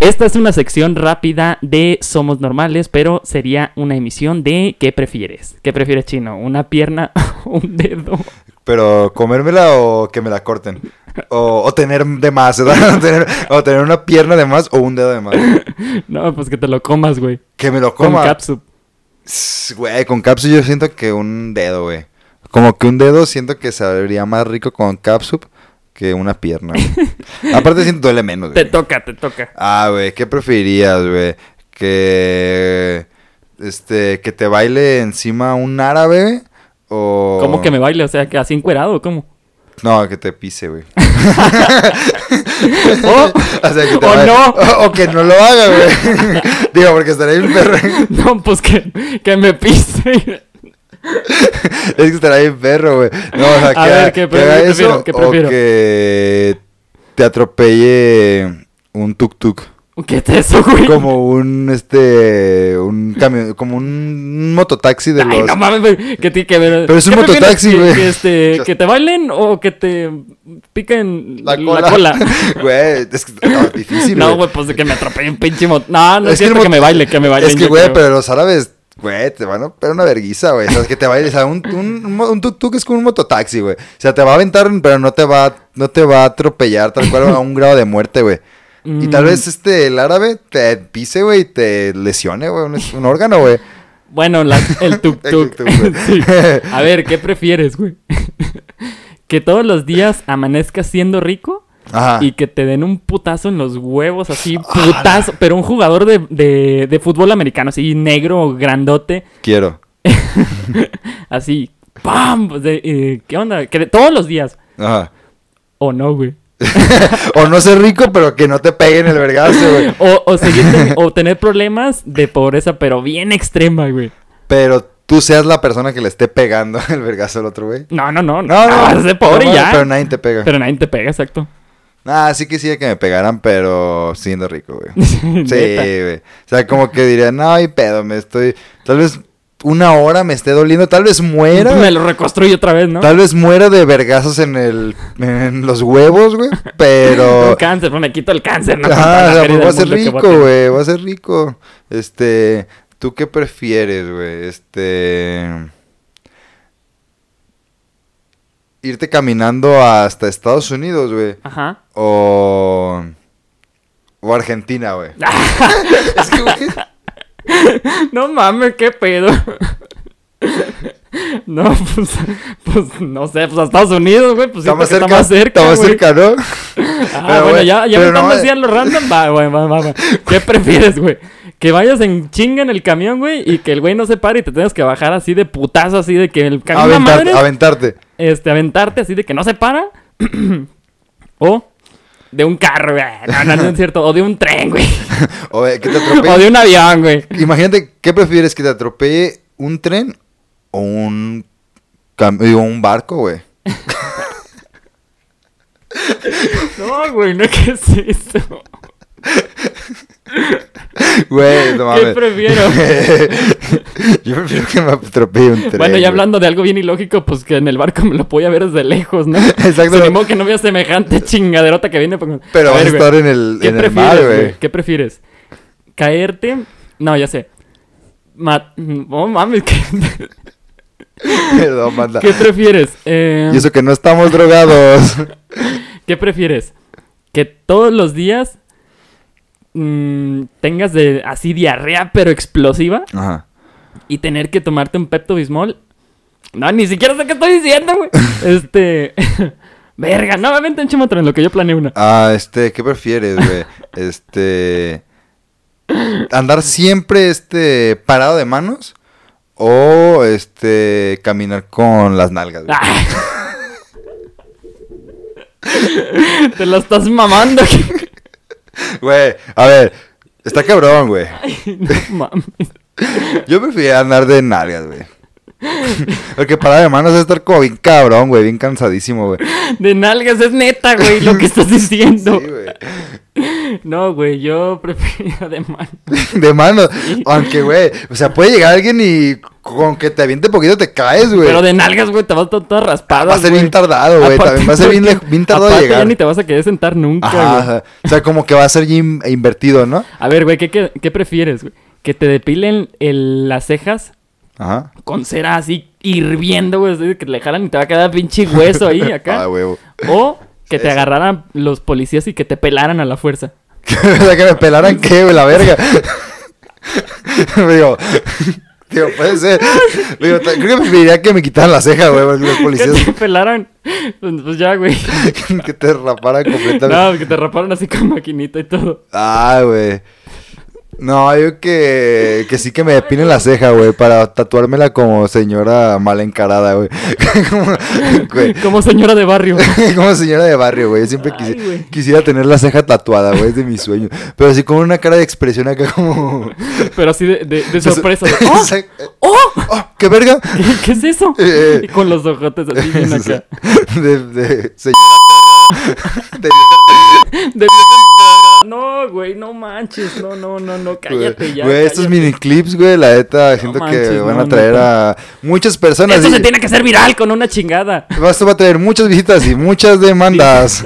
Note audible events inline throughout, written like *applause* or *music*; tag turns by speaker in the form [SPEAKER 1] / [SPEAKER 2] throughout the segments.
[SPEAKER 1] Esta es una sección rápida de Somos Normales, pero sería una emisión de ¿qué prefieres? ¿Qué prefieres chino? ¿Una pierna o un dedo?
[SPEAKER 2] Pero comérmela o que me la corten. O, o tener de más, ¿verdad? *laughs* O tener, o tener una pierna de más o un dedo de más.
[SPEAKER 1] No, pues que te lo comas, güey.
[SPEAKER 2] Que me lo
[SPEAKER 1] Con
[SPEAKER 2] coma.
[SPEAKER 1] capsup.
[SPEAKER 2] S- Güey, con capsup yo siento que un dedo, güey. Como que un dedo siento que sabría más rico con capsup que una pierna.
[SPEAKER 1] *laughs*
[SPEAKER 2] güey. Aparte siento duele menos,
[SPEAKER 1] Te
[SPEAKER 2] güey.
[SPEAKER 1] toca, te toca.
[SPEAKER 2] Ah, güey, ¿qué preferirías, güey? Que este que te baile encima un árabe o
[SPEAKER 1] ¿Cómo que me baile? O sea, que así encuerado, ¿cómo?
[SPEAKER 2] *laughs*
[SPEAKER 1] *laughs*
[SPEAKER 2] No, que te pise, güey.
[SPEAKER 1] *laughs* O-
[SPEAKER 2] O sea, que te
[SPEAKER 1] o
[SPEAKER 2] baile-
[SPEAKER 1] no.
[SPEAKER 2] O, o que no lo haga, güey. *laughs* Digo, porque estaría bien perro. *laughs*
[SPEAKER 1] No, pues que, que me pise. *laughs*
[SPEAKER 2] Es que estará bien perro, güey. No, o sea,
[SPEAKER 1] A
[SPEAKER 2] que,
[SPEAKER 1] ver,
[SPEAKER 2] ha-
[SPEAKER 1] ¿qué
[SPEAKER 2] que haga
[SPEAKER 1] prefiero-
[SPEAKER 2] eso
[SPEAKER 1] qué
[SPEAKER 2] o
[SPEAKER 1] prefiero?
[SPEAKER 2] que te atropelle
[SPEAKER 1] *laughs*
[SPEAKER 2] un tuk-tuk.
[SPEAKER 1] ¿Qué es eso, güey?
[SPEAKER 2] Como un, este, un camión, como un mototaxi de los...
[SPEAKER 1] Ay, no mames, güey. ¿Qué tiene que ver?
[SPEAKER 2] Pero es un
[SPEAKER 1] ¿Qué prefieres?
[SPEAKER 2] mototaxi,
[SPEAKER 1] ¿Que-
[SPEAKER 2] güey.
[SPEAKER 1] Que,
[SPEAKER 2] *laughs*
[SPEAKER 1] este, que te bailen o que te piquen
[SPEAKER 2] la cola. *laughs* Güey, es que no, es difícil,
[SPEAKER 1] No, güey, pues de que me atropelle un pinche mot... No, no es,
[SPEAKER 2] el
[SPEAKER 1] cierto que
[SPEAKER 2] mot-
[SPEAKER 1] me baile, que me baile.
[SPEAKER 2] Es que, güey, pero los árabes, güey, te van a pegar una verguiza, güey. O sea, que te va a ir, o sea, un, un, un mo- un tuk-tuk es como un mototaxi, güey. O sea, te va a aventar, pero no te va, no te va a atropellar tal cual a un grado de muerte, güey. Y
[SPEAKER 1] Mm,
[SPEAKER 2] tal vez este, el árabe te pise, güey, y te lesione, güey, un, un órgano, güey.
[SPEAKER 1] Bueno, la- el
[SPEAKER 2] *laughs*
[SPEAKER 1] tuk-tuk.
[SPEAKER 2] El tuk-tuk, güey.
[SPEAKER 1] *laughs* Sí.
[SPEAKER 2] *laughs*
[SPEAKER 1] A ver, ¿qué prefieres, güey? *laughs* ¿Que todos los días amanezcas siendo rico?
[SPEAKER 2] Ajá.
[SPEAKER 1] Y que te den un putazo en los huevos, así,
[SPEAKER 2] Ah,
[SPEAKER 1] putazo. Pero un jugador de, de, de fútbol americano, así, negro, grandote,
[SPEAKER 2] Quiero.
[SPEAKER 1] así, ¡pam! Pues de- eh, ¿Qué onda? Que de- todos los días.
[SPEAKER 2] Ajá. *laughs*
[SPEAKER 1] O no, güey.
[SPEAKER 2] o no ser rico, pero que no te peguen el vergazo, Ah, güey.
[SPEAKER 1] *laughs* O, o, seguir teni- o tener problemas de pobreza, pero bien extrema, güey.
[SPEAKER 2] Pero tú seas la persona que le esté pegando *laughs* el vergazo al otro, güey.
[SPEAKER 1] No, no, no. No,
[SPEAKER 2] No, no.
[SPEAKER 1] Vas Ah, de pobre
[SPEAKER 2] no,
[SPEAKER 1] y ya.
[SPEAKER 2] Pero nadie te pega.
[SPEAKER 1] Pero nadie te pega, exacto. *laughs*
[SPEAKER 2] Ah, sí quisiera que me pegaran, pero siendo rico, güey. Sí,
[SPEAKER 1] *laughs* Neta.
[SPEAKER 2] güey. O sea, como que diría, no, hay pedo, me estoy. Tal vez una hora me esté doliendo, tal vez muera.
[SPEAKER 1] Me lo reconstruye otra vez, ¿no?
[SPEAKER 2] Tal vez muera de vergazos en el. en los huevos, güey.
[SPEAKER 1] *laughs*
[SPEAKER 2] Pero.
[SPEAKER 1] Un cáncer, pues me quito el cáncer, ¿no? Con toda
[SPEAKER 2] Ah,
[SPEAKER 1] la
[SPEAKER 2] o sea,
[SPEAKER 1] feria
[SPEAKER 2] pues va a
[SPEAKER 1] del
[SPEAKER 2] ser
[SPEAKER 1] mundo que voy a
[SPEAKER 2] rico,
[SPEAKER 1] tener.
[SPEAKER 2] güey. Va a ser rico. Este. ¿Tú qué prefieres, güey? Este. Irte caminando hasta Estados Unidos, güey.
[SPEAKER 1] Ajá. *laughs*
[SPEAKER 2] O. O
[SPEAKER 1] *laughs*
[SPEAKER 2] Argentina, güey. es que,
[SPEAKER 1] pues
[SPEAKER 2] güey.
[SPEAKER 1] No mames, qué pedo. *laughs* No, pues, pues no sé, pues a Estados Unidos, güey, pues
[SPEAKER 2] Está más
[SPEAKER 1] siento que
[SPEAKER 2] cerca.
[SPEAKER 1] está más cerca.
[SPEAKER 2] Está más
[SPEAKER 1] güey.
[SPEAKER 2] cerca, ¿no?
[SPEAKER 1] Ah,
[SPEAKER 2] Pero,
[SPEAKER 1] bueno,
[SPEAKER 2] güey,
[SPEAKER 1] ya, ya me
[SPEAKER 2] pero no,
[SPEAKER 1] están
[SPEAKER 2] eh.
[SPEAKER 1] vaciando random. Va, güey, va, va, va. ¿Qué prefieres, güey? Que vayas en chinga en el camión, güey, y que el güey no se pare y te tengas que bajar así de putazo, así de que el camión a
[SPEAKER 2] Aventarte,
[SPEAKER 1] madre,
[SPEAKER 2] aventarte. *laughs*
[SPEAKER 1] este, aventarte así de que no se para. *clears throat* o de un carro, güey. No, no, no es cierto. O de un tren, güey.
[SPEAKER 2] O eh, que te
[SPEAKER 1] o
[SPEAKER 2] atropelle.
[SPEAKER 1] de un avión, güey.
[SPEAKER 2] Imagínate, ¿qué prefieres que te atropelle un tren o un. cam- digo, un barco, güey? *laughs*
[SPEAKER 1] No, güey, no, ¿qué es eso?
[SPEAKER 2] Güey, no
[SPEAKER 1] *laughs*
[SPEAKER 2] mames.
[SPEAKER 1] ¿Qué prefiero?
[SPEAKER 2] *laughs* Yo prefiero que me atropelle un tren.
[SPEAKER 1] Bueno,
[SPEAKER 2] güey.
[SPEAKER 1] ya hablando de algo bien ilógico, pues que en el barco me lo podía ver desde lejos, ¿no?
[SPEAKER 2] *laughs* Exacto.
[SPEAKER 1] Se animó que no vea semejante chingaderota que viene. Pero,
[SPEAKER 2] Pero vas a
[SPEAKER 1] güey,
[SPEAKER 2] estar en el,
[SPEAKER 1] ¿Qué
[SPEAKER 2] en el
[SPEAKER 1] prefieres,
[SPEAKER 2] mar,
[SPEAKER 1] güey?
[SPEAKER 2] güey.
[SPEAKER 1] ¿Qué prefieres? ¿Caerte? No, ya sé. Ma- Oh, mames, *laughs* ¿qué,
[SPEAKER 2] *laughs* Perdón, manda.
[SPEAKER 1] qué prefieres? Eh,
[SPEAKER 2] Y eso que no estamos drogados. *laughs*
[SPEAKER 1] ¿Qué prefieres? ¿Que todos los días mm, tengas de, así diarrea pero explosiva
[SPEAKER 2] Ajá.
[SPEAKER 1] y tener que tomarte un Pepto Bismol? No, ni siquiera sé qué estoy diciendo, *laughs* güey. Este. *laughs* Verga, no, vente un chimotro en lo que yo planeé una.
[SPEAKER 2] Ah, este, ¿qué prefieres, güey? Este. Andar siempre, este, parado de manos. O, este, caminar con las nalgas, güey.
[SPEAKER 1] Ah. *laughs* Te la estás mamando. Ah.
[SPEAKER 2] Güey, a ver,
[SPEAKER 1] *laughs*
[SPEAKER 2] está cabrón, güey.
[SPEAKER 1] Ay, no mames.
[SPEAKER 2] Yo prefiero andar de nalgas, güey. *laughs* Porque para de manos es estar como bien cabrón, güey, bien cansadísimo, güey.
[SPEAKER 1] De nalgas, es neta, güey, lo que estás diciendo.
[SPEAKER 2] Sí, güey. *laughs*
[SPEAKER 1] no, güey, yo prefería de mano.
[SPEAKER 2] De manos. Aunque, güey, o sea, puede llegar alguien y con que te aviente poquito te caes, güey.
[SPEAKER 1] Pero de nalgas, güey, te vas to- todas raspadas.
[SPEAKER 2] Va a ser bien
[SPEAKER 1] güey.
[SPEAKER 2] tardado, güey,
[SPEAKER 1] Aparte,
[SPEAKER 2] también va a ser bien
[SPEAKER 1] porque-
[SPEAKER 2] lej- bien tardado de
[SPEAKER 1] aparte,
[SPEAKER 2] llegar.
[SPEAKER 1] ya ni te vas a querer sentar nunca,
[SPEAKER 2] Ajá,
[SPEAKER 1] güey.
[SPEAKER 2] ajá. o sea, como que va a ser in- invertido, ¿no?
[SPEAKER 1] A ver, güey, ¿qué, qué, qué prefieres, güey? ¿Que te depilen el- las cejas
[SPEAKER 2] Ajá.
[SPEAKER 1] con cera así hirviendo, güey? así Que le jalan y te va a quedar pinche hueso
[SPEAKER 2] *laughs*
[SPEAKER 1] ahí acá.
[SPEAKER 2] Ah, huevo.
[SPEAKER 1] o que te agarraran los policías y que te pelaran a la fuerza.
[SPEAKER 2] o sea, que me pelaran qué, güey, la verga. *laughs* digo, *laughs* digo, puede ser. Digo, t- creo que preferiría que me quitaran la ceja, güey, porque
[SPEAKER 1] *laughs*
[SPEAKER 2] los policías
[SPEAKER 1] Que te pelaran. Pues, pues ya, güey.
[SPEAKER 2] *laughs* que te raparan completamente.
[SPEAKER 1] No, que te raparon así con maquinita y todo.
[SPEAKER 2] Ah, güey. No, yo que, que sí que me depinen la ceja, güey, para tatuármela como señora mal encarada, güey. *laughs* como, güey,
[SPEAKER 1] *laughs* Como señora de
[SPEAKER 2] *laughs*
[SPEAKER 1] barrio.
[SPEAKER 2] como señora de barrio, güey. Yo siempre
[SPEAKER 1] Ay,
[SPEAKER 2] quisi-
[SPEAKER 1] güey.
[SPEAKER 2] quisiera tener la ceja tatuada, güey, es de mi sueño. Pero así con una cara de expresión acá como...
[SPEAKER 1] Pero así de, de- de sorpresa.
[SPEAKER 2] *laughs*
[SPEAKER 1] de, ¡Oh!
[SPEAKER 2] Exacto.
[SPEAKER 1] ¡Oh!
[SPEAKER 2] ¡Oh, qué verga!
[SPEAKER 1] ¿Qué, qué es eso?
[SPEAKER 2] *laughs* Eh,
[SPEAKER 1] Y con los ojotes así
[SPEAKER 2] *laughs*
[SPEAKER 1] bien acá.
[SPEAKER 2] De, de señora... de-
[SPEAKER 1] De- No, güey, no manches. No, no, no, no. Cállate ya.
[SPEAKER 2] Güey, estos
[SPEAKER 1] cállate.
[SPEAKER 2] miniclips, güey, la neta, siento que
[SPEAKER 1] manches,
[SPEAKER 2] van
[SPEAKER 1] no,
[SPEAKER 2] a traer a muchas personas.
[SPEAKER 1] Esto
[SPEAKER 2] y-
[SPEAKER 1] se tiene que hacer viral con una chingada.
[SPEAKER 2] Esto va a traer muchas visitas y
[SPEAKER 1] *laughs*
[SPEAKER 2] muchas demandas.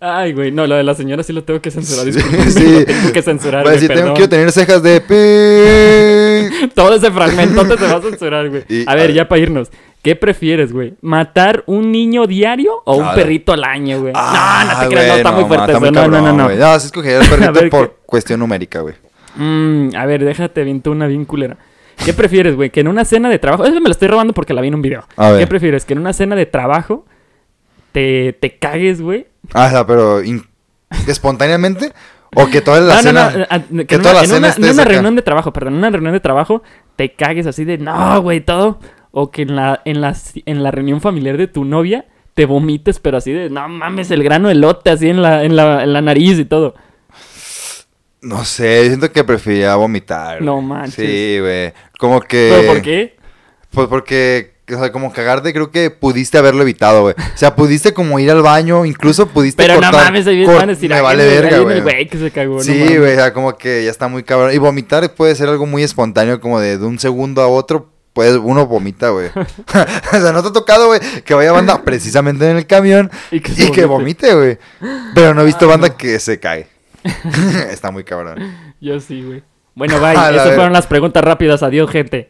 [SPEAKER 1] Ay, güey, no, lo de la señora sí lo tengo que censurar. Disculpen,
[SPEAKER 2] *laughs* Sí.
[SPEAKER 1] lo tengo que censurar.
[SPEAKER 2] Va a
[SPEAKER 1] güey,
[SPEAKER 2] decir, tengo,
[SPEAKER 1] perdón.
[SPEAKER 2] quiero tener cejas de pi.
[SPEAKER 1] *laughs* Todo ese fragmento te va a censurar, güey.
[SPEAKER 2] Y-
[SPEAKER 1] A
[SPEAKER 2] a
[SPEAKER 1] ver,
[SPEAKER 2] ver.
[SPEAKER 1] ya para irnos. ¿Qué prefieres, güey? ¿Matar un niño diario o un
[SPEAKER 2] Claro.
[SPEAKER 1] perrito al año, güey? no, no
[SPEAKER 2] Ah,
[SPEAKER 1] te creas, no
[SPEAKER 2] güey,
[SPEAKER 1] está muy
[SPEAKER 2] ma,
[SPEAKER 1] fuerte
[SPEAKER 2] está muy
[SPEAKER 1] eso. No, no, no,
[SPEAKER 2] cabrón,
[SPEAKER 1] no.
[SPEAKER 2] güey. No, sí escogería el perrito
[SPEAKER 1] *laughs* A ver,
[SPEAKER 2] por cuestión numérica, güey.
[SPEAKER 1] Mm, a ver, déjate aviento una bien culera. ¿Qué prefieres, güey? Que en una cena de trabajo. Eso me lo estoy robando porque la vi en un video.
[SPEAKER 2] A ver.
[SPEAKER 1] ¿Qué prefieres? Que en una cena de trabajo te, te cagues, güey.
[SPEAKER 2] Ah, o sea, pero in- espontáneamente o que toda la
[SPEAKER 1] no,
[SPEAKER 2] cena
[SPEAKER 1] no, no, a- que,
[SPEAKER 2] que
[SPEAKER 1] en
[SPEAKER 2] toda
[SPEAKER 1] una,
[SPEAKER 2] la
[SPEAKER 1] en
[SPEAKER 2] cena
[SPEAKER 1] una-
[SPEAKER 2] esté
[SPEAKER 1] en una
[SPEAKER 2] acá.
[SPEAKER 1] reunión de trabajo, perdón, en una reunión de trabajo te cagues así de no, güey, todo. O que en la, en la, en la reunión familiar de tu novia te vomites, pero así de no mames, el grano elote así en la, en la, en la nariz y todo.
[SPEAKER 2] No sé, yo siento que preferiría vomitar.
[SPEAKER 1] No
[SPEAKER 2] güey.
[SPEAKER 1] manches.
[SPEAKER 2] Sí, güey. Como que
[SPEAKER 1] ¿Pero por qué?
[SPEAKER 2] Pues porque, o sea, como cagarte, creo que pudiste haberlo evitado, güey. O sea, pudiste como ir al baño, incluso pudiste
[SPEAKER 1] Pero
[SPEAKER 2] cortar.
[SPEAKER 1] no mames, ahí
[SPEAKER 2] cort-
[SPEAKER 1] van a decir,
[SPEAKER 2] me
[SPEAKER 1] "Ay,
[SPEAKER 2] vale
[SPEAKER 1] el-
[SPEAKER 2] verga,
[SPEAKER 1] ahí
[SPEAKER 2] güey.
[SPEAKER 1] el güey que se cagó, no
[SPEAKER 2] Sí,
[SPEAKER 1] mames".
[SPEAKER 2] güey, o sea, como que ya está muy cabrón. Y vomitar puede ser algo muy espontáneo, como de, de un segundo a otro, pues uno
[SPEAKER 1] *laughs*
[SPEAKER 2] vomita, güey. *laughs* o sea, no te ha tocado, güey, que vaya banda precisamente en el camión
[SPEAKER 1] *laughs* Y
[SPEAKER 2] y
[SPEAKER 1] que
[SPEAKER 2] que,
[SPEAKER 1] se vomite. Ah,
[SPEAKER 2] vomite, güey. Pero no he visto banda que
[SPEAKER 1] *laughs*
[SPEAKER 2] se cae. está muy cabrón.
[SPEAKER 1] Yo sí, güey. Bueno, bye.
[SPEAKER 2] A la
[SPEAKER 1] Esas
[SPEAKER 2] verga. *laughs*
[SPEAKER 1] fueron las preguntas rápidas. Adiós, gente.